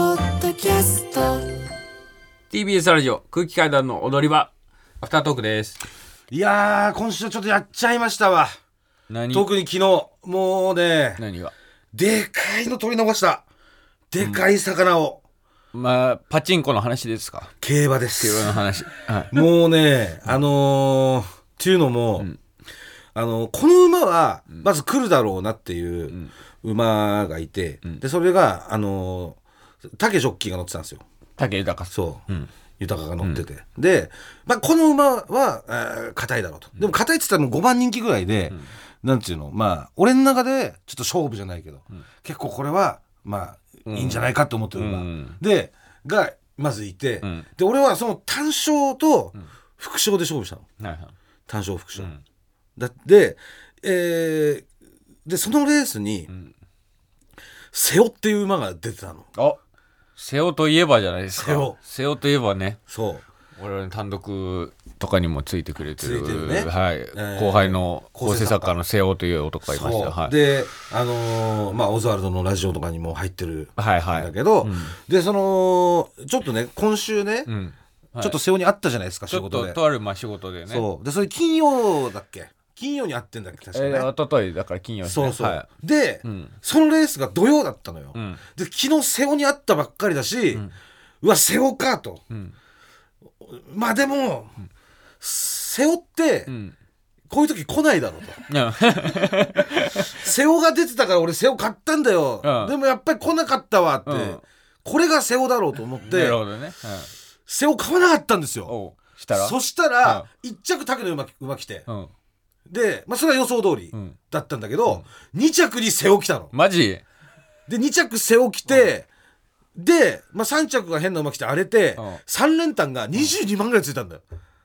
キャスト TBS ラジオ空気階段の踊り場アフタートークですいやー、今週ちょっとやっちゃいましたわ。何特に昨日、もうね、何がでかいの取り逃した。でかい魚を。まあパチンコの話ですか競馬で競馬の話す。はいもうね、あのー、っていうのも、あの、この馬は、まず来るだろうなっていう馬がいて、で、それが、あのー、竹ジョッキーが乗ってたんですよ。武豊さんそう、豊が乗ってて、で、まあ、この馬はえー硬いだろうとでも硬いって言ったらもう5番人気ぐらいで、なんていうのまあ俺の中でちょっと勝負じゃないけど、結構これはまあいいんじゃないかと思ってる馬、うんでがまずいて、んで俺はその単勝と副賞で勝負したのはいはい単勝副賞、んだってえーでそのレースに、瀬尾っていう馬が出てたのあ瀬尾といえばじゃないですか瀬尾瀬尾といえばねそう我々の単独とかにもついてくれてるついてるねはいー後輩の構成作構成作家家の瀬尾という男がいましたそうはいであのーまあオズワルドのラジオとかにも入ってるんはいはいだけど、でそのちょっとね今週ね、うんはいちょっと瀬尾に会ったじゃないですかち仕ょっ事とでとあるまあ仕事でねそうでそれ金曜だっけ金曜に会ってんだっけ確かね、えー、一昨日だから金曜日ねそうそう、はいで、んそのレースが土曜だったのよ、んで昨日瀬尾に会ったばっかりだし、うわ瀬尾かと、んまあでも、瀬尾って、んこういう時来ないだろうと いや瀬尾が出てたから俺瀬尾買ったんだよ、うんでもやっぱり来なかったわって、うんこれが瀬尾だろうと思ってなるほどね、うん瀬尾買わなかったんですよおうしたらそしたら、1着竹の馬馬来て、うん、で、まあ、それは予想通りんだったんだけど、2着に瀬尾来たのマジで2着背を着て、で、まあ、3着が変な馬来て荒れて、うん3連単が22万ぐらいついたんだよ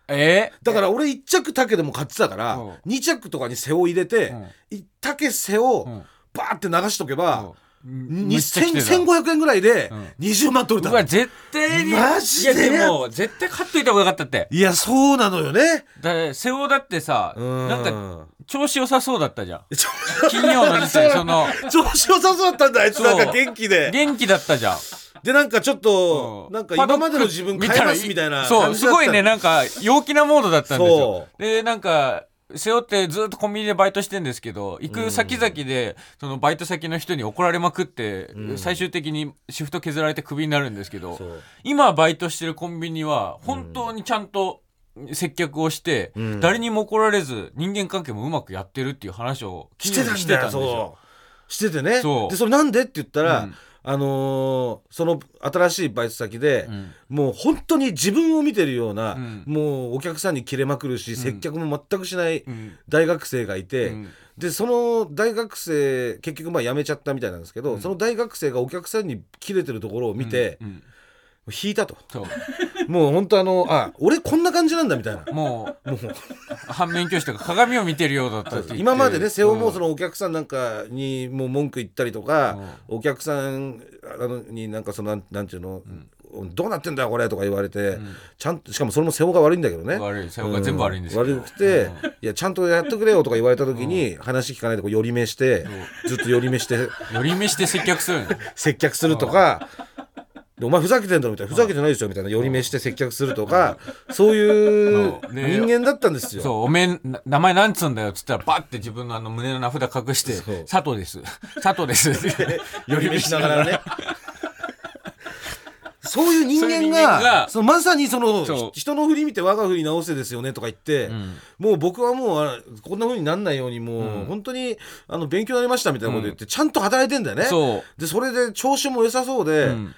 えだから俺1着竹でも買ってたから、うん2着とかに背を入れて、い竹背をんバーって流しとけば、めっちゃ来てた2500円ぐらいでん20万取れうたの、わ絶対にマジでいやでも絶対勝っといた方がよかったっていやそうなのよねだから瀬尾だってさうんなんか調子良さそうだったじゃんちょ 金曜の時点その調子良さそうだったんだあいつなんか元気で元気だったじゃんでなんかちょっと、うんなんかパド今ックまでの自分変えますみたいなそ感うじすだったごいねなんか陽気なモードだったんですよそでなんか背負ってずっとコンビニでバイトしてんですけど行く先々でそのバイト先の人に怒られまくって、最終的にシフト削られてクビになるんですけどそう今バイトしてるコンビニは本当にちゃんと接客をして、ん誰にも怒られず人間関係もうまくやってるっていう話をし昨て日たにしてたんでんだよすよ。そうしててねそうでそれなんでって言ったら、うんあのーその新しいバイト先で、んもう本当に自分を見てるような、んもうお客さんに切れまくるし、接客も全くしないん大学生がいて、うんでその大学生結局まあ辞めちゃったみたいなんですけど、その大学生がお客さんに切れてるところを見て、うん引いたとそうもう本当あのあ俺こんな感じなんだみたいな。もう反面教師とか鏡を見てるようだったって言って今までね瀬尾もうんそのお客さんなんかにもう文句言ったりとか、お客さんあのになんかそのなんなんていうの、どうなってんだよこれとか言われて、ちゃんとしかもそれも瀬尾が悪いんだけどね悪い背負が全部悪いんですよ、悪くて、いやちゃんとやってくれよとか言われた時に、話聞かないでこう寄り目して、ずっと寄り目して寄り目して接客するの接客するとか、でお前ふざけてんだろみたいなふざけてないですよみたいな寄り目して接客するとか、そういううんで人間だったんですよ。そうおめえな名前なんつうんだよっつったらバッて自分のあの胸の名札隠してそう「佐藤です佐藤 です」って寄り道しながらね。 そういう人そういう間人が間がそのまさにそのそうひ人の振り見て我が振り直せですよねとか言って、もう僕はもうあこんな風になんないようにもう、本当にあの勉強になりましたみたいなこと言って、ちゃんと働いてんだよね。そでそれで調子も良さそうで、ん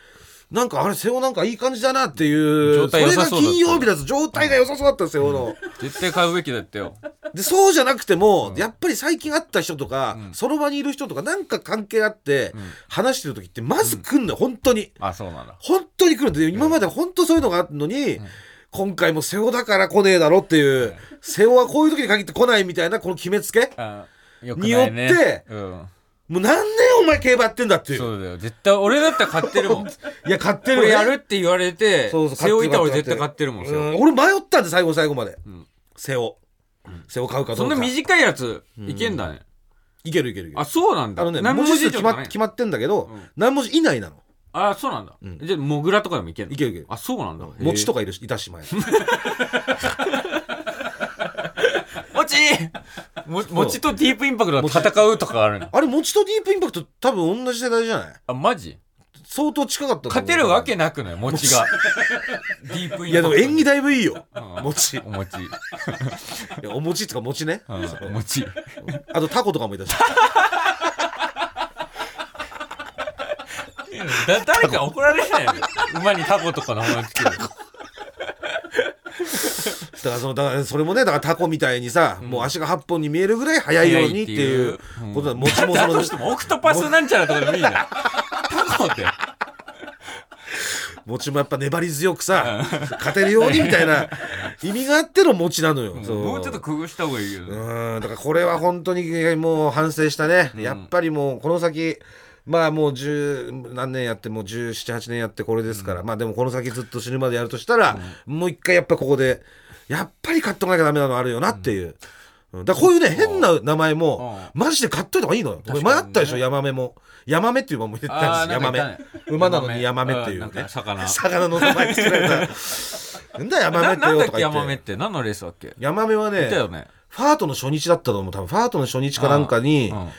なんかあれ瀬尾なんかいい感じだなっていう状態良さそうだったれが金曜日だと状態が良さそうだったんですよ、の。絶対買うべきだったよでそうじゃなくても、やっぱり最近会った人とか、その場にいる人とかなんか関係あって、話してる時ってまず来んのよ、本当にあそうなんだ本当に来るんで今まで本当そういうのがあるのに、今回も瀬尾だから来ねえだろっていう、瀬尾はこういう時に限って来ないみたいなこの決めつけあよくないねによってうん、もう何年お前競馬やってんだっていうそうだよ絶対俺だったら買って るもんこいや買ってるよ、れね、やるって言われてそうそう背負いたら俺買っ絶てる対買ってるもんうよん俺迷ったんで最後の最後まで、瀬尾瀬尾買うかどうかそんな短いやついけんだね、いけるいけるいけるあそうなんだあのね何文文字字以数上決じゃまない決まってんだけど、何文字以内なのあそうなんだ、んじゃあモグラとかでもいけるのいけるいけるあそうなんだ餅とかかいるしいたし前餅も 餅とディープインパクトが戦うとかあるのあれ餅とディープインパクト多分同じ世代じゃないあマジ相当近かったと思う勝てるわけなくない餅 がディープインパクいやでトも縁起だいぶいいようん餅いお餅、やお餅とか餅ねうん、お 餅あとタコとかもいたしだ誰か怒られないよ馬にタコとか名前つけるだからそのだからそれもねだからタコみたいにさ、もう足が8本に見えるぐらい速いようにっていう速いっていうことだ、餅もそだのと してもオクトパスなんちゃらとかでもいいじゃんタコって餅もやっぱ粘り強くさ勝てるようにみたいな意味があっての餅なのよ、そうもうちょっと工夫した方がいいけど、うんだからこれは本当にもう反省したね、やっぱりもうこの先まあもう十何年やってもう1718年やってこれですから、まあでもこの先ずっと死ぬまでやるとしたら、もう一回やっぱここでやっぱり買っとかなきゃダメなのあるよなっていう、うんだからこういうね変な名前もマジで買っといた方がいいのよ、俺迷ったでしょヤマメもヤマメっていう馬も言ってあたーんですなヤんかいマメたね馬なのにヤマメっていうなんねか魚 魚の名前作られた なんだヤマメなってなんよだっとけか言ヤっマメってて何のレースだっけヤマメはねだよねファートの初日だったと思う、多分ファートの初日かなんかに、うん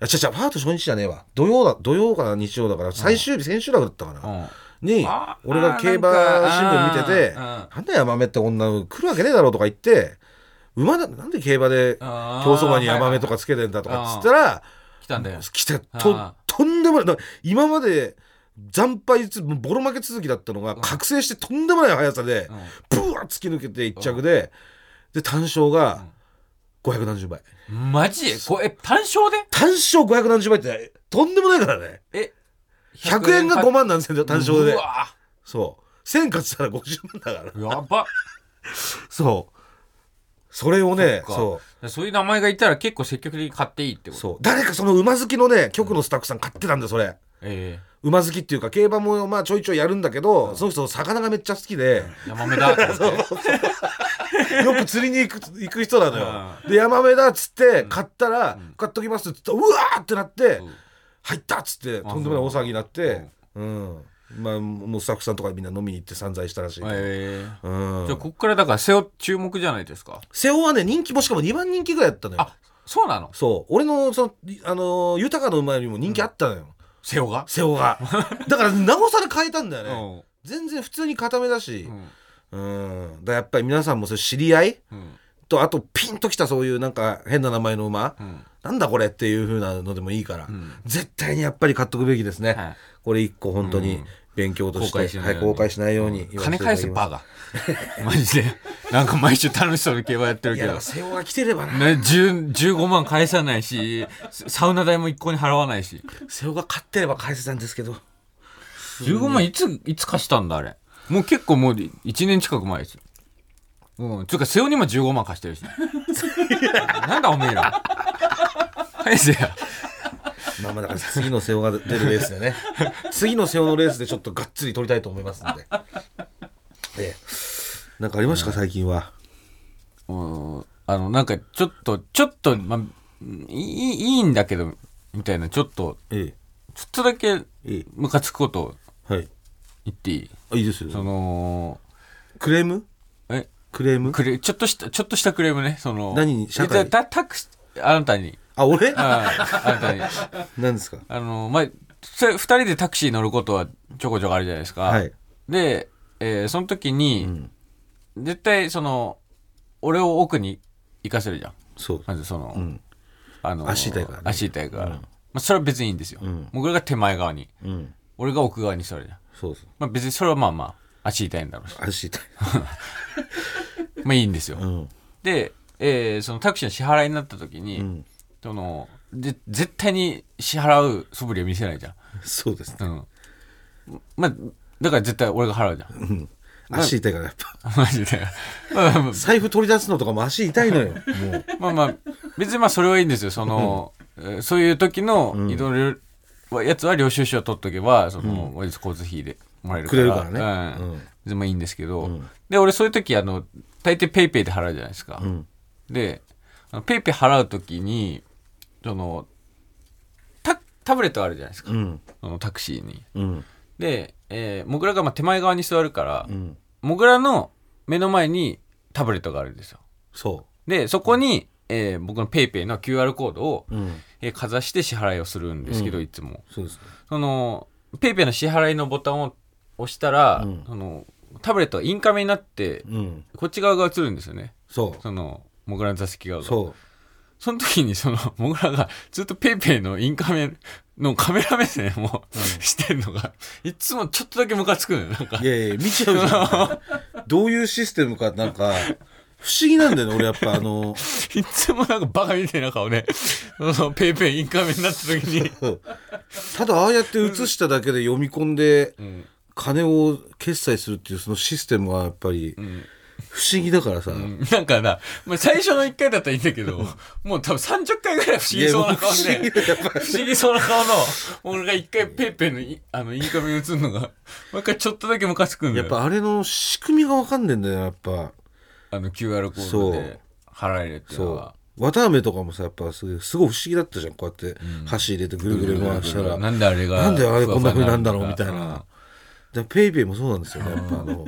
あ、違う違う、ファート初日じゃねえわ。土曜だ、土曜かな、日曜だから、最終日、千秋楽だったかうな。んにあ、俺が競馬新聞見てて、あーなんかなんだヤマメって女来るわけねえだろうとか言って、馬だ、なんで競馬であー競走馬にヤマメとかつけてんだとかっつったら、来たんだよ来て、とあ、とんでもない。だから今まで、惨敗つ、ボロ負け続きだったのが、覚醒してとんでもない速さで、ブワー突き抜けて一着で、で、単勝が、570倍。マジこえ単勝で単勝570倍ってとんでもないからねえ100円が5万なんですよ単勝でうわそう1000勝つたら50万 だからやばそうそれをねそっかそそういう名前がいたら結構積極的に買っていいってこうとそう誰かその馬好きのね局のスタッフさん買ってたんだよそれえ馬好きっていうか競馬もまあちょいちょいやるんだけど、その人魚がめっちゃ好きで、えヤマメだって思ってよく釣りに行く行く人なのよ、でヤマメだっつって買ったら、買っときますって言ったらうわーってなって、ん入ったっつってとんでもない大騒ぎになってうん、まあもうスタッフさんとかみんな飲みに行って散財したらしい、ええうんじゃあこっからだから背負注目じゃないですか瀬尾はね人気もしかも2番人気ぐらいだったのよあそうなのそう俺のその、あのー豊かの馬よりも人気あったのよ、背負が瀬 尾がだからなおさら変えたんだようね、ん全然普通に固めだしうんうん、だからやっぱり皆さんもそういう知り合いうんとあとピンときたそういうなんか変な名前の馬、うんなんだこれっていう風なのでもいいから、ん絶対にやっぱり買っとくべきですね、はいこれ一個本当に勉強として、後悔しないようにはい、後悔しないように言わせ金ていただ返きせますバカ マジでなんか毎週楽しそうに競馬やってるいけやだどかねら瀬尾が来てればな10 15万返さないしサウナ代も一向に払わないし瀬尾が勝ってれば返せたんですけど15万いついつ貸したんだあれもう結構もう1年近く前ですようんつうか瀬尾にも15万貸してるし なんだおめえら返せやまあまあだから次の瀬尾が出るレース でね次の瀬尾のレースでちょっとがっつり取りたいと思いますんでええなんかありましたか最近はうんあのなんかちょっとちょっと、まあ、いいいいんだけどみたいなちょっとえちょっとだけええムカつくことをえはい言っていいあいいですよそのクレームえクレームクレちょっとしたちょっとしたクレームねその何に社会にえたたくあなたにあ俺ああなたに 何ですかあのまあそれ二人でタクシー乗ることはちょこちょこあるじゃないですか、はいで、えーその時に、絶対その俺を奥に行かせるじゃんそうまずその、あの足痛いからね足痛いからまあ、それは別にいいんですよ、僕らが手前側にうん俺が奥側に座るじゃん、そうそうまあ、別にそれはまあまあ足痛いんだろうし足 痛いまあいいんですよ、うんで、えーそのタクシーの支払いになった時に、んそので絶対に支払う素振りは見せないじゃん、そうですねうん、まあだから絶対俺が払うじゃ ん足痛いからやっぱマジでまあまあまあ財布取り出すのとかも足痛いの よもうまあまあ別にまあそれはいいんですよその、えーそういう時のいろいろやつは領収書を取っとけばその、交通費でもらえるからくれるからねうんうんでもいいんですけど、で俺そういう時あの大抵ペイペイで払うじゃないですか、んであのペイペイ払う時にそのタタブレットあるじゃないですか、うんそのタクシーにうんで、えー、モグラがまあ手前側に座るから、うん、モグラの目の前にタブレットがあるんですよそでそこに、えー僕の PayPay ペイペイの QR コードを、う、うん、えーかざして支払いをするんですけど、うんいつもそうですねその PayPay ペイペイの支払いのボタンを押したら、うんそのタブレットがインカメになってうん、こっち側が映るんですよねそそのモグラの座席側う、がそその時にその モグラがずっと PayPay ペイペイのインカメのカメラ目線を、してんのがいつもちょっとだけムカつくのよなんかう。いやいや、見ちゃうじゃん。どういうシステムか、なんか、不思議なんだよね、俺やっぱ、あの、いつもなんかバカみたいな顔で、そのペイペイインカメになった時に、 ただああやって映しただけで読み込んで、ん金を決済するっていうそのシステムはやっぱり、不思議だからさ。うんなんかな、まあ、最初の1回だったらいいんだけど、もう多分30回ぐらい不思い議やそもうな顔不思で、議だよやっぱり不思議そうな顔の、俺が1回ペイペイのイあのインカメに映るのが、もう一回ちょっとだけムカつくんだやっよ。ぱあれの仕組みが分かんねえんだよやっぱあの QR コードで払えるっていうのそは。う綿あめとかもさやっぱすごいすごい不思議だったじゃんこうやって箸入れてぐるぐる回したら、ななんんであれが。であれこんな風になんだろうみたいな、うんだペイペイもそうなんですよねやっぱあの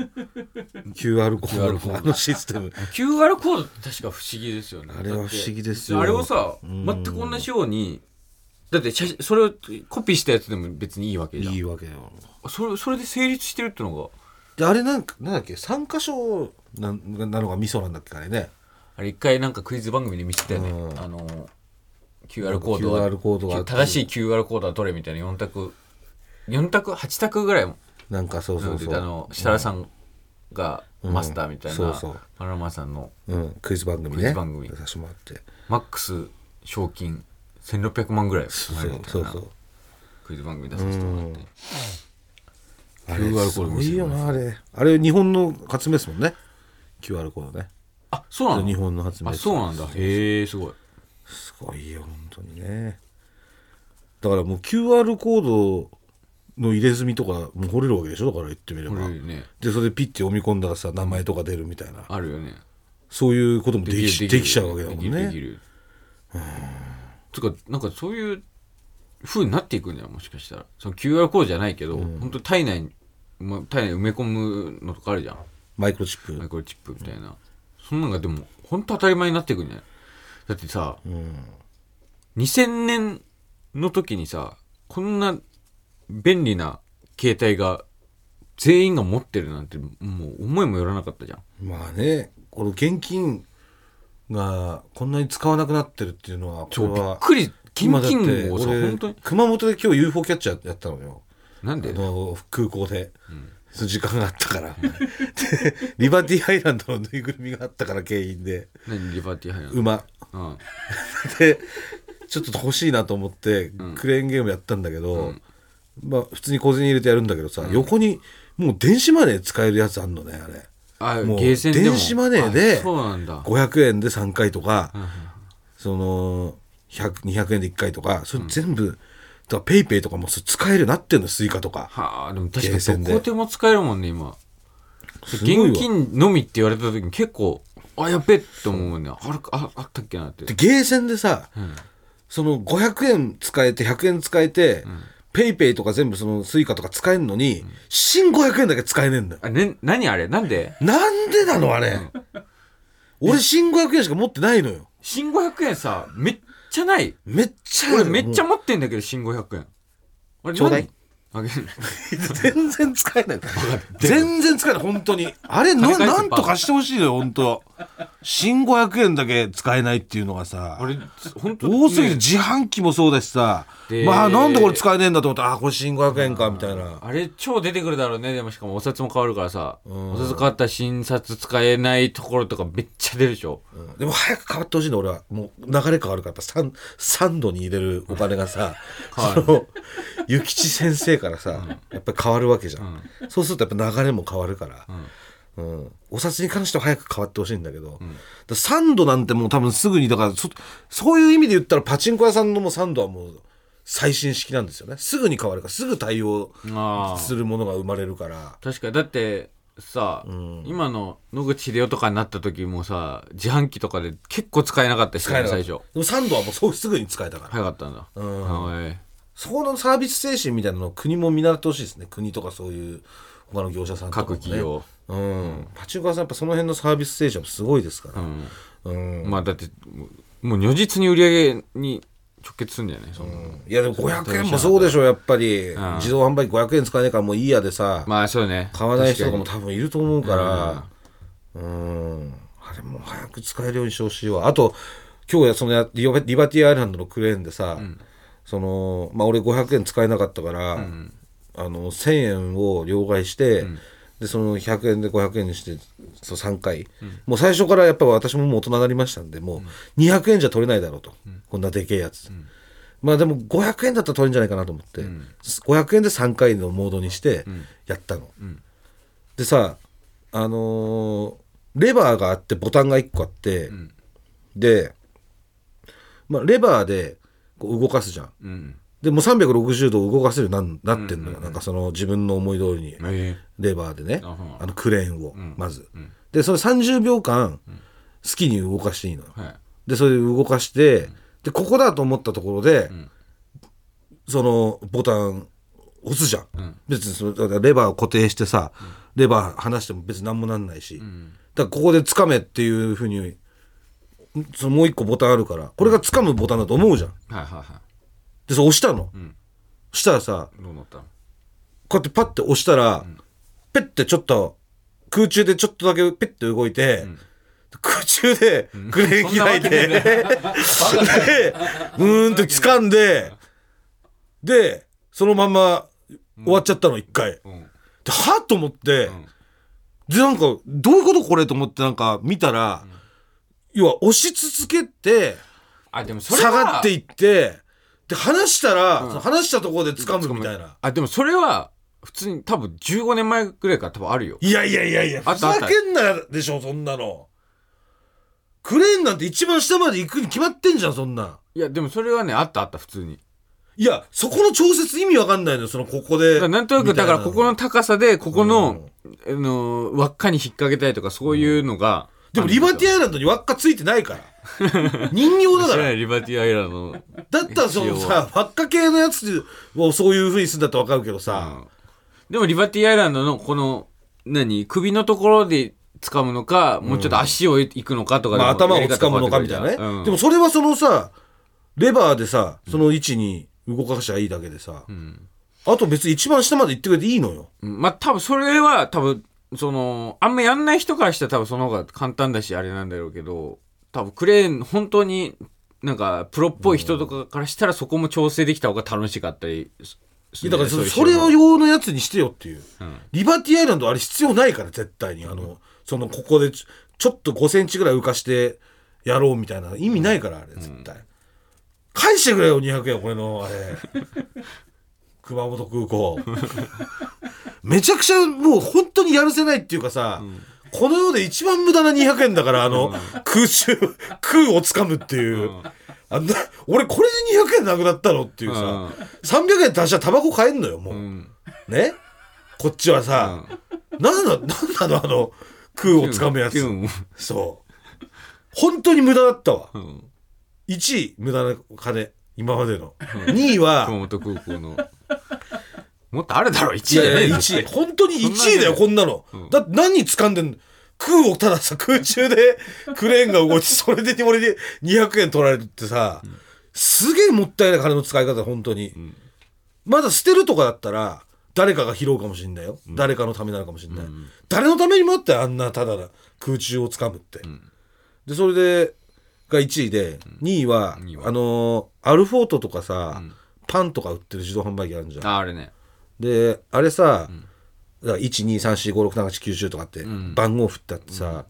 QR QR コーコードドのあのシステム QR コードって確か不思議ですよねあれはだって不思議ですよあれをさん全く同じようにだって写真それをコピーしたやつでも別にいいわけじゃんいいわけよそれそれで成立してるってのがであれなんかなんだっけ3箇所なんなのがミソなんだっけあれねあれ一回なんかクイズ番組で見せたよねうんあの QR コード QR コードが正しい QR コードはどれみたいな4択4択8択ぐらいもなんかそうそうそうあの設楽さんがマスターみたいな、うんそうそうパラマーさんのうん、クイズ番組ねクイズ番組出させてもらってマックス賞金1600万ぐらいそうもらえるみたそいうなそうクイズ番組出させてもらって、うんあ QR れすコードご見せいてよもらなあれあれ日本の発明ですもんね QR コードねあそうなの日本の発明あそうなんだへえすごいすごいよ本当にねだからもう QR コードの入れ墨とかもう掘れるわけでしょだから言ってみれこばれねでそれでピッて読み込んだらさ名前とか出るみたいなあるよねそういうこともできできちゃうわけだもんできるできねるつうかなんかそういう風になっていくんじゃんもしかしたらその QR コードじゃないけど、本当体内に、まあ、体内に埋め込むのとかあるじゃんマイクロチマイップクロチップみたいな、そんなのがでも本当当たり前になっていくんじゃないだってさうん2000年の時にさこんな便利な携帯が全員が持ってるなんてもう思いもよらなかったじゃんまあねこの現金がこんなに使わなくなってるっていうのはこそれうびっはくり現今だって金をさ俺本当に熊本で今日 UFO キャッチャーやったのよなんであの空港で、その時間があったから、でリバティアイランドのぬいぐるみがあったから原因で何リバティ入るの馬うんでちょっと欲しいなと思って、クレーンゲームやったんだけど、まあ普通に小銭入れてやるんだけどさ、横にもう電子マネー使えるやつあんのねあれあもうゲーセンでも電子マネーであそうなんだ500円で3回とか、うんその100200円で1回とかそれ全部、だからペイペイとかもそれ使えるようになってんのスイカとかはあでも確ゲーかセにンどでこでも使えるもんね今ごいわ現金のみって言われた時に結構あやっべって思うもんねあるああったっけなってでゲーセンでさ、うんその500円使えて100円使えて、ペイペイとか全部そのスイカとか使えんのに、新500円だけ使えねえんだよ。あね何あれなんでなんでなのあれ。俺新500円しか持ってないのよ。新500円さめっちゃないめっちゃあ俺るめっちゃも持ってんだけど新500円あれちょうだい何あげるう全然使えない。 全然使えない、本当に。あれ、金な返せなんとかしてほしいのよ、本当新500円だけ使えないっていうのがさ。あれ 本当多すぎて自販機もそうだしさ、でまあなんでこれ使えねえんだと思ったらあこれ新500円かみたいなあれ超出てくるだろうねでもしかもお札も変わるからさお札変わったら新札使えないところとかめっちゃ出るでしょうんでも早く変わってほしいの俺はもう流れ変わるからやっぱサンサンドに入れるお金がさ 変わその諭吉先生からさやっぱり変わるわけじゃん、そうするとやっぱ流れも変わるから、うんお札に関しては早く変わってほしいんだけど、だからサンドなんてもう多分すぐにだからそそういう意味で言ったらパチンコ屋さんのもうサンドはもう最新式なんですよねすぐに変わるからすぐ対応ああするものが生まれるから確かにだってさ、今の野口英世とかになった時もさ自販機とかで結構使えなかったし、使えなかっ最た初でもサンドはもうそうすぐに使えたから、早かったんだ、んはいそこのサービス精神みたいなのを国も見習ってほしいですね国とかそういう他の業者さんとかも、ね、各企業うんパチンコ屋さんやっぱその辺のサービス精神もすごいですから、うんうんまあだってもうもう如実に売り上げに直結するんじゃないそんなのいやでも500円もそうでしょやっぱり、うん自動販売機500円使えないからもういいやでさ、まあそうね買わない人とかも多分いると思うからうんあれもう早く使えるようにしてほしいわあと今日やそのやリバリバティアイランドのクレーンでさ、そのまあ、俺500円使えなかったから、あの1000円を両替して、でその100円で500円にしてそう3回、もう最初からやっぱ私ももう大人になりましたんでもう200円じゃ取れないだろうと、こんなでけえやつ、まあでも500円だったら取れるんじゃないかなと思って、500円で3回のモードにしてやったの、でさあのーレバーがあってボタンが1個あって、で、まあ、レバーでこう動かすじゃんうんでもう360度動かせるようになんなってんのよ、なんかその自分の思い通りにえレバーでねあはあのクレーンをまず、でそれ30秒間好きに動かしていいのよ、えはいでそれで動かして、でここだと思ったところで、そのボタン押すじゃん、別にそのだからレバーを固定してさ、レバー離しても別に何もなんないし、だからここで掴めっていうふうにそのもう一個ボタンあるからこれが掴むボタンだと思うじゃんはいはいはでそれ押したの、したらさいどうなったのこうやってパッて押したら、ペッてちょっと空中でちょっとだけペッて動いて、空中でクレーン開いて、で、うーんって掴んで、で、そのまんま終わっちゃったの、一回。で、うんはっと思って、んで、なんか、どういうことこれと思ってなんか見たら、要は押し続けて、あでもそれ下はがっていって、で、離したら、んその離したところで掴むみたいな。あでもそれは普通に多分15年前ぐらいから多分あるよいやいやいやいや、あふったあっざたけんなでしょ、そんなの。クレーンなんて一番下まで行くに決まってんじゃん、そんなん。いやでもそれはねあったあった普通にいや、そこの調節意味わかんないのよ、そのここだでから。なんとなくだからここのみたい高さでここの、あの輪っかに引っ掛けたいとかそういうのが、なの。でも、リバティアイランドに輪っかついてない から。人形だ知からないら。リバティアイランドの、だったら、その一応さ、輪っか系のやつをそういう風にするんだったらわかるけどうさ。んでもリバティアイランドのこの何首のところで掴むのか、もうちょっと足を行くのかとかでまもあ、頭をやり方掴むのかみたいなね変わっ。てでくるも、それはそのさ、レバーでさ、その位置に動かしゃいいだけでさ。あと別に一番下まで行ってくれていいのよ。じゃんうんまあ多分それは多分そのあんまやんない人からしたら多分その方が簡単だしあれなんだろうけど多分クレーン本当になんかプロっぽい人とかからしたらそこも調整できた方が楽しかったりすいすやるだんかじゃらないそそうそいうれ人もを用のやつにしてよっていう、んリバティアイランドあれ必要ないから絶対にあの、そのここでちょちょっと5センチぐらい浮かしてやろうみたいな意味ないからあれ絶対、返してくれよ200円これのあれ 熊本空港めちゃくちゃもう本当にやるせないっていうかさ、この世で一番無駄な200円だからあの、空中空をつかむっていう、あんな俺これで200円なくなったのっていうさ、うん300円足したらタバコ買えんのよもう、うんねこっちはさ、なんだなんなのあの空をつかむやつ、ピュンそう本当に無駄だったわ、ん1位無駄な金今までの、2位は熊本空港の。もっとあるだろ、い1位やいや 1 1位本当に1位だよこんなの、だって何掴んでんの空をたださ空中でクレーンが 動いてそれで俺に200円取られるってさ、すげえもったいない金の使い方本当に、まだ捨てるとかだったら誰かが拾うかもしれないよ、誰かのためなのかもしれない、誰のためにもあってあんなただな空中を掴むって、でそれでが1位で、2位は二位はあのーアルフォートとかさ、パンとか売ってる自動販売機あるじゃんあ、あれね。であれさ、だから12345678910とかって番号振ってあってさ、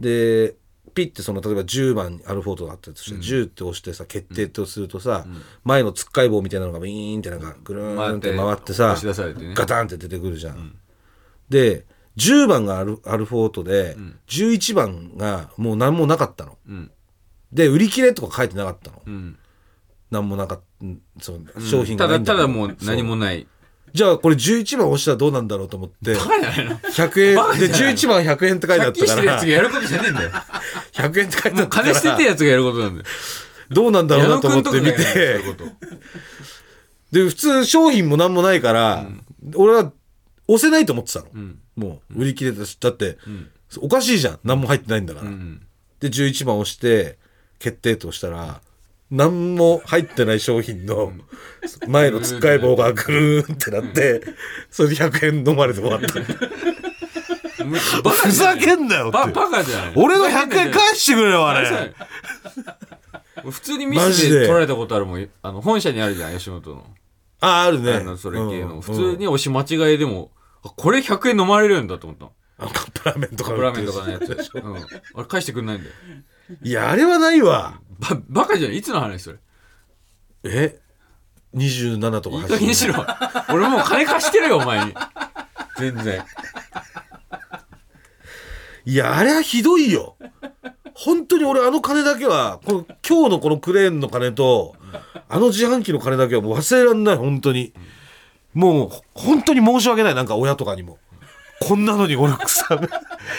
でピッてその例えば10番アルフォートがあったとして、10って押してさ決定とするとさ、前のつっかい棒みたいなのがビーンってなんかぐるーんって回ってさ押し出されてねガタンって出てくるじゃん。で10番がアルアルフォートで、11番がもう何もなかったの。うん。で売り切れとか書いてなかったの。うん。何もなかったそう商品がたないだ、んだただからもう何もない。じゃあこれ11番押したらどうなんだろうと思ってバカじゃないの100円で11番100円って書いて借あっ金たしてかるやつがらやることじゃねえんだよ。 100円って書いてあもったうか金捨てらてやつがやることなんだよ。どうなんだろう矢な野とく思んっとてかが見やるてこと。で普通商品も何もないから、俺は押せないと思ってたの、んもう売り切れたしだって、おかしいじゃん何も入ってないんだから、で11番押して決定としたら、何も入ってない商品の前のつっかえ棒がぐるーんってなって、それで100円飲まれて終わった。バカふじゃざないけんなよバって。バカじゃない俺の100円返してくれよ、あそうれ。俺普通にミマスジでで取られたことあるもんあの本社にあるじゃん吉本のあ、あるあねの。それ系うのん普通。に押し間違いでもあこれ100円飲まれるんだと思ったのあのカップラーメンとかカップ売ラっーてメンるとしかのやつでしょ、うん、あれ返してくんないんだよいや、あれはないわ。ばバカじゃないいつの話それえ ?27 とかいい8加減にしろ俺もう金貸してるよお前に全然いや、あれはひどいよ。本当に俺あの金だけは、この今日のこのクレーンの金と、あの自販機の金だけはもう忘れられない、本当に。もう、本当に申し訳ない、なんか親とかにも。こんなのに俺、さ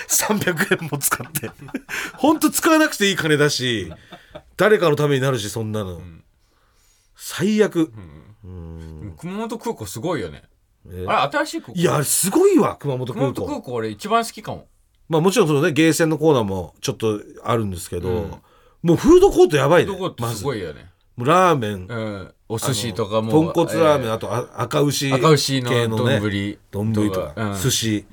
300円も使って。本当使わなくていい金だし、誰かのためになるし、そんなの。最悪。熊本空港すごいよねえあれ新しい空港いや、あれすごいわ、熊本熊空本港空。港俺一番好きかもまあもちろんそのね、ゲーセンのコーナーもちょっとあるんですけど、もうフードコートやばいね。どこってますず。ごいよね、もうラーメン、うん、お寿司とかも豚骨ラーメン、えあとあ赤牛ー赤牛の系のね、丼丼とうか、ん寿司、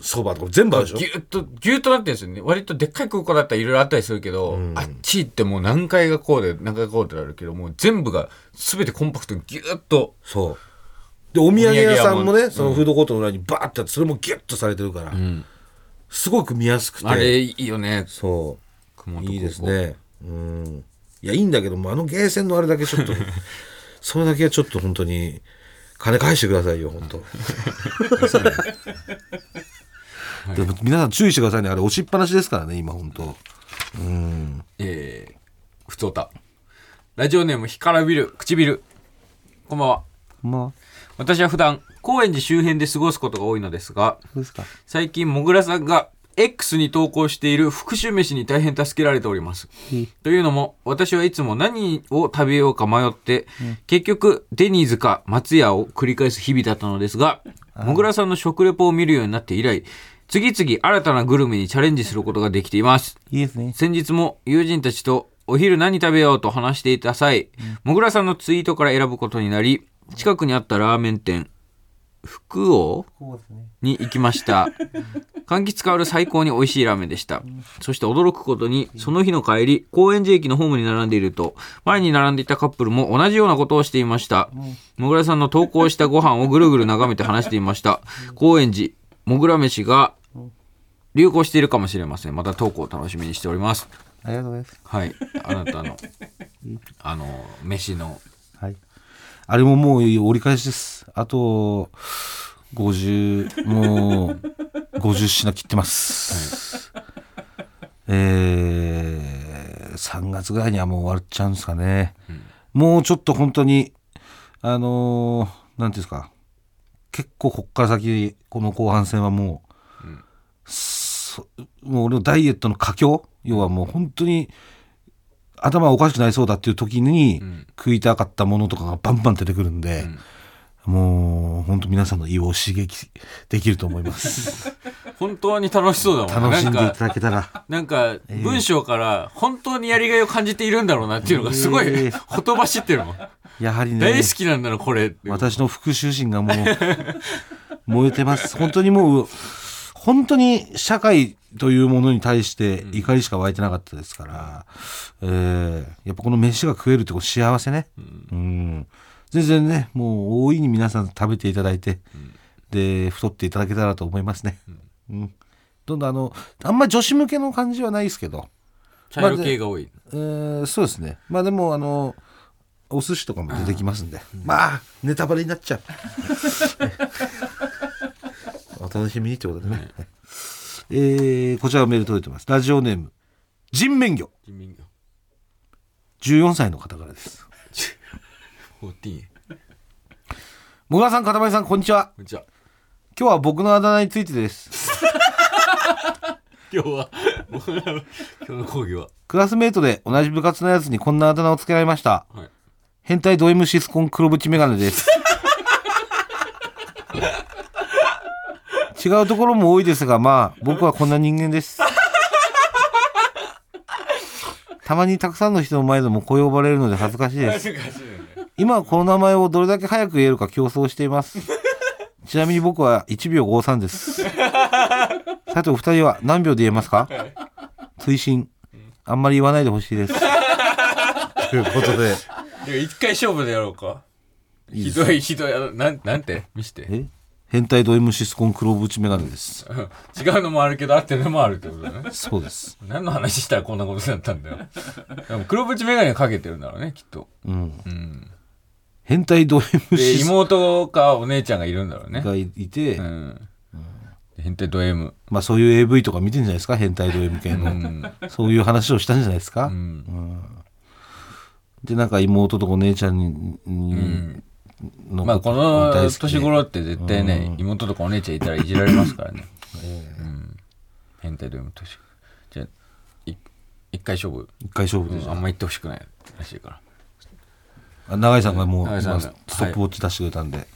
そばとか全部あるでしょぎゅっと、ぎゅっとなってるんですよね。割とでっかい空港だったらいろいろあったりするけど、あっち行ってもう何階がこうで、何階がこうってなるけど、もう全部が全てコンパクトにぎゅっと、そう。で、お土産屋さんもお土産屋もうんね、そのフードコートの裏にバーってあって、それもギュッとされてるから、すごく見やすくあて、れいいよね。そ熊う、本空港いいです。ね。うん。いや、いいんだけども、あのゲーセンのあれだけちょっと、それだけはちょっと本当に、金返してくださいよ、本当。でも皆さん注意してくださいね。あれ押しっぱなしですからね、今本当。えー、ふつおた。ラジオネーム、干からびる、唇。こんばんは。ま私は普段、高円寺周辺で過ごすことが多いのですが、あ、ですか。最近、もぐらさんが X に投稿している復讐飯に大変助けられております。というのも、私はいつも何を食べようか迷って、結局、デニーズか松屋を繰り返す日々だったのですが、もぐらさんの食レポを見るようになって以来、次々新たなグルメにチャレンジすることができています。いいですね。先日も友人たちとお昼何食べようと話していた際、もぐらさんのツイートから選ぶことになり、近くにあったラーメン店、福王こうですね。に行きました。柑橘香る最高に美味しいラーメンでした。そして驚くことに、その日の帰り、高円寺駅のホームに並んでいると、前に並んでいたカップルも同じようなことをしていました。もぐらさんの投稿したご飯をぐるぐる眺めて話していました。高円寺、もぐら飯が流行しているかもしれません。また投稿を楽しみにしております。ありがとうございます。はい。あな たの、あの、飯の、はい。あれももう折り返しです。あと、50、もう、50品切ってます。えー、3月ぐらいにはもう終わっちゃうんですかね。もうちょっと本当に、あのーなんていうんですか、結構こっから先、この後半戦はもう、そもう俺のダイエットの佳境、要はもう本当に、頭おかしくなりそうだっていう時にん食いたかったものとかがバンバン出てくるんで、もう本当皆さんの胃を刺激できると思います 本当に楽しそうだもんね楽しんでないかただけたらなんか文章から本当にやりがいを感じているんだろうなっていうのがすごい、ええほとばしってる もん。やはり大ね好きなんだろこれ。私の復讐心がもう 燃えてます本当にもう本当に社会というものに対して怒りしか湧いてなかったですから、えーやっぱこの飯が食えるってこと幸せね、うん、全然ねもう大いに皆さん食べていただいて、で太っていただけたらと思いますね、うん、どんどんあのあんまり女子向けの感じはないですけど、茶色系が多い。えーそうですねまあでもあのお寿司とかも出てきますんで、まあネタバレになっちゃうお楽しみにってことでね、はいえーこちらメール届いてますラジオネーム人面魚人民が14歳の方からです14もぐらさんかたまりさんこんにちはこんにちは。今日は僕のあだ名についてです今日は、 僕らの今日の講義は。クラスメートで同じ部活のやつにこんなあだ名をつけられましたはい。変態ド M シスコン黒縁メガネです。違うところも多いですが、まあ、僕はこんな人間です。たまにたくさんの人の前でもこう呼ばれるので恥ずかしいで恥す。ずかしいよね今はこの名前をどれだけ早く言えるか競争しています。ちなみに僕は1秒53です。さてお二人は何秒で言えますか推進。あんまり言わないでほしいです。ということで。でも一回勝負でやろうかいいひですよどいひどいあのなんなんて見してえ変態ド M シスコン黒縁メガネです。違うのもあるけど合ってるのもあるってことだねそうです。何の話したらこんなことになったん だよでも黒縁眼鏡かけてるんだろうねきっとうん。うん変態ド M でシスコ妹かお姉ちゃんがいるんだろうねンがいて、うん変態ド M まあそういう AV とか見てんじゃないですか変態ド M 系うの。んそういう話をしたんじゃないですか、うんで、なんか妹とかお姉ちゃんに、にうんのまあとこ大の好きで年頃って絶対ね妹とかお姉ちゃんいたらいじられます からねうん変態ド M 年じゃあい一回勝負一回勝負うでしんょあんま言ってほしくないらしいからあ長井さんがもう、長井さん今がストップウォッチ出してくれたんで、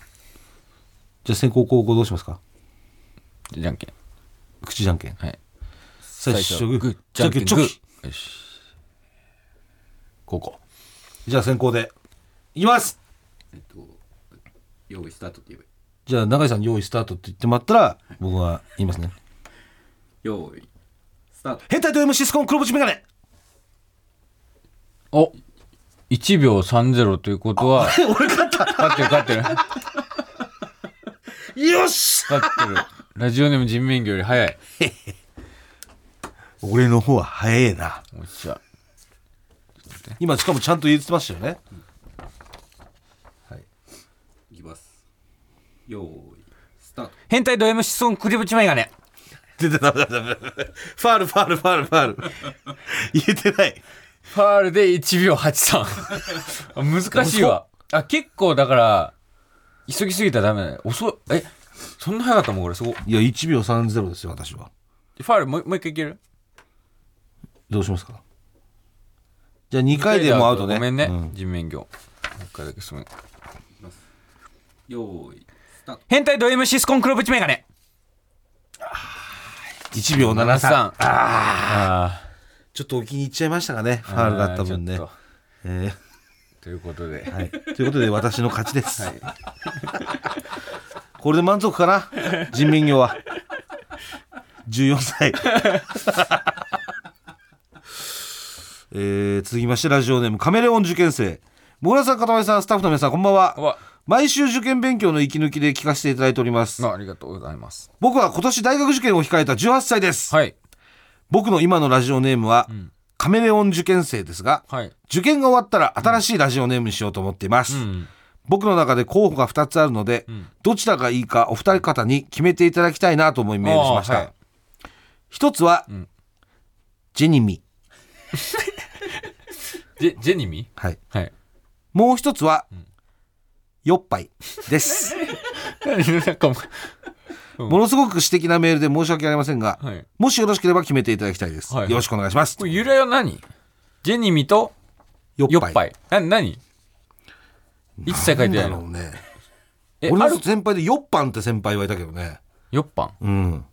じゃあ先攻後攻どうしますかじゃんけん口じゃんけんはい最初グーじじゃゃんんけんけんチチョョキキよしここじゃあ先攻でいきますえっと、用意スタートって言えばいい。じゃあ長井さん用意スタートって言ってもらったら僕は言いますね用意スタート。変態と M シスコン黒縁メガネお1秒30ということは俺勝った勝ってる勝ってる勝よしってるラジオネーム人面魚より早い俺の方は早えなおっしゃ今しかもちゃんと言ってましたよねいきます。用意スタート。変態ド M 子孫クリブチメガネ出てダメだダメだファールファールファールファ ール言えてないファールで1秒83 難しいわあ結構だから急ぎすぎたらダメだね遅いえそんな早かったもん俺すごいいや1秒30ですよ私はファールもうもう一回いけるどうしますかじゃあ2回でもアウトねごめんね、うん人面魚もう一回だけすめ用意スタート。変態ド M シスコン黒縁メガネ1秒73 73あちょっとお気に入っちゃいましたかねフーァールがあった分ねちょっえとということで、ーはい、ということで私の勝ちです、これで満足かな人民業は14歳 えー、続きましてラジオネームカメレオン受験生もぐらさんかたまりさんスタッフの皆さんこんばんはこんばんは毎週受験勉強の息抜きで聞かせていただいておりますあありがとうございます僕は今年大学受験を控えた18歳です、はい僕の今のラジオネームは、カメレオン受験生ですが、はい受験が終わったら新しいラジオネームにしようと思っています、うん僕の中で候補が2つあるので、どちらがいいかお二人方に決めていただきたいなと思いメールしましあーはたい一、つは、んジェニミ、ジェジェニミはい、はいもう一つは、よっぱいです なんかもものすごく私的なメールで申し訳ありませんが、うはいもしよろしければ決めていただきたいです、はいよろしくお願いしますこれ由来は何ジェニミとよよっぱいな何一切書いてなないんだろのうねえ俺あるの先輩でよっぱんって先輩はいたけどねよっぱんうん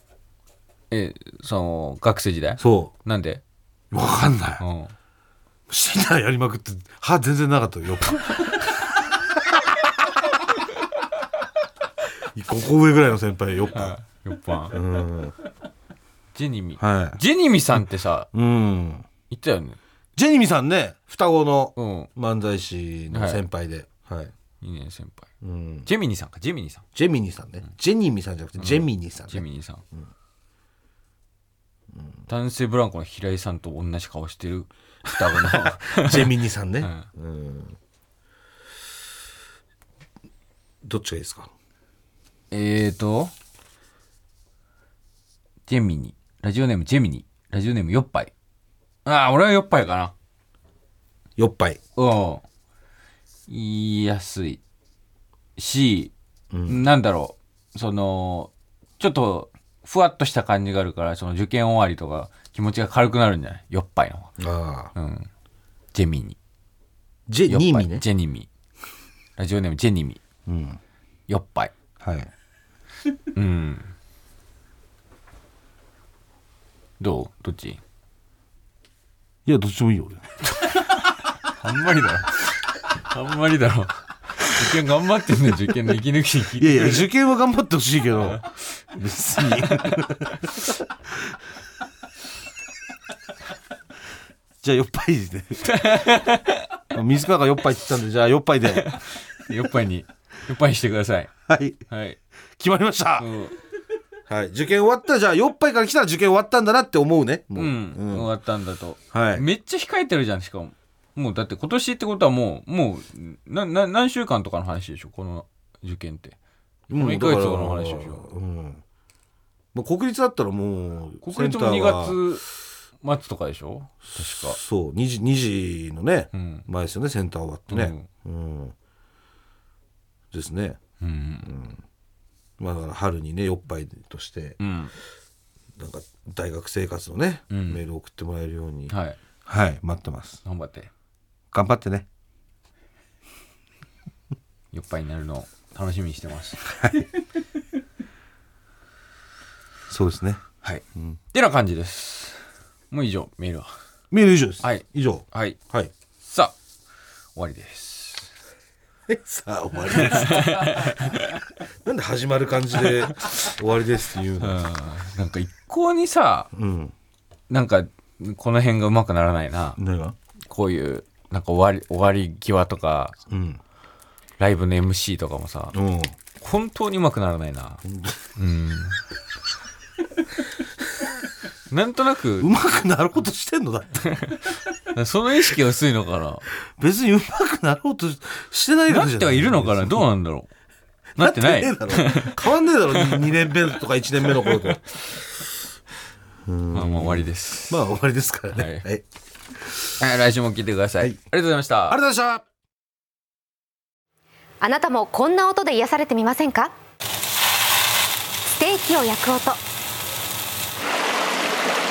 えその学生時代そなんで、うわかんないうんシーターやりまくって歯全然なかったよよっぱここ上ぐらいの先輩よっぱよっぱうんんジェニミはジェニミさんってさいうん言ったよねジェニミさんね双子のうん漫才師の先輩で、はい2年先輩うん、ジェミニさんかジェミニさんジェミニさんね、ジェニミさんじゃなくてジェミニさん、ねジェミニさん、男性ブランコの平井さんと同じ顔してる双 子の ジェミニさんね、ううん、どっちがいいですかえーとジェミニラジオネームジェミニラジオネームよっぱいああ俺はよっぱいかなよっぱいうん言いやすいし、なんだろうそのちょっとふわっとした感じがあるからその受験終わりとか気持ちが軽くなるんじゃないよっぱいの方がああうんジェミニジェよっぱいニーミね。ジェニミ。ラジオネーム、ジェニミ。うん。よっぱい。はい。うん。どうどっちいや、どっちもいい よ、あんまりだろ。あんまりだろ。受験頑張ってんね受験の息抜きに聞い俺。て。いやいや、受験は頑張ってほしいけど、別に。 じゃあ、酔っぱいで。 水川が酔っぱいって言ったんで、じゃあ、酔っぱいで。よっぱいに、よっぱいにしてください。はい。はい。決まりましたう。ん。はい。受験終わったら、じゃあ、酔っぱいから来たら受験終わったんだなって思うね。もううん終うんわったんだと。はい。めっちゃ控えてるじゃん、しかも。もうだって今年ってことはもう、もう、な、な、何週間とかの話でしょ、この受験って。この1ヶ月後の話でしょ。うん。もう国立だったらもう、国立もセンターは2月末とかでしょ確か。そう、2時、2時のね、うん。前ですよね、センター終わってね。うん。ですね。うん。まあ、だから春にね、酔っぱいとして、うん。なんか、大学生活のね、うんメール送ってもらえるように、はい。はい、待ってます。頑張って。頑張ってね。よっぱいになるのを楽しみにしてます。そうですね。はい。ってな感じです。もう以上、メールは。メール以上です。はい以上。はい。はい。さあ、終わりです。さあ、終わりです。 なんで始まる感じで、終わりですっていううんの。。なんか一向にさ、うん。なんか、この辺がうまくならないな。何がこういう、なんか終わり、終わり際とか、うん。ライブの MC とかもさ、うん。本当にうまくならないな。うん。 なんとなうく、まくなろうとしてんのだって。その意識が薄いのか な。別にうまくなろうとししてないかならっじゃてはいるのかなどうなんだろうなってないねえだろ変わんねえだろ、2年目とか1年目の 頃と。まあもう終わりです。まあ終わりですからね。はいはい。ありはい来週も聞いてください。はいありがとうございましたがとう。ございました。あなたもこんな音で癒されてみませんかステーキを焼く音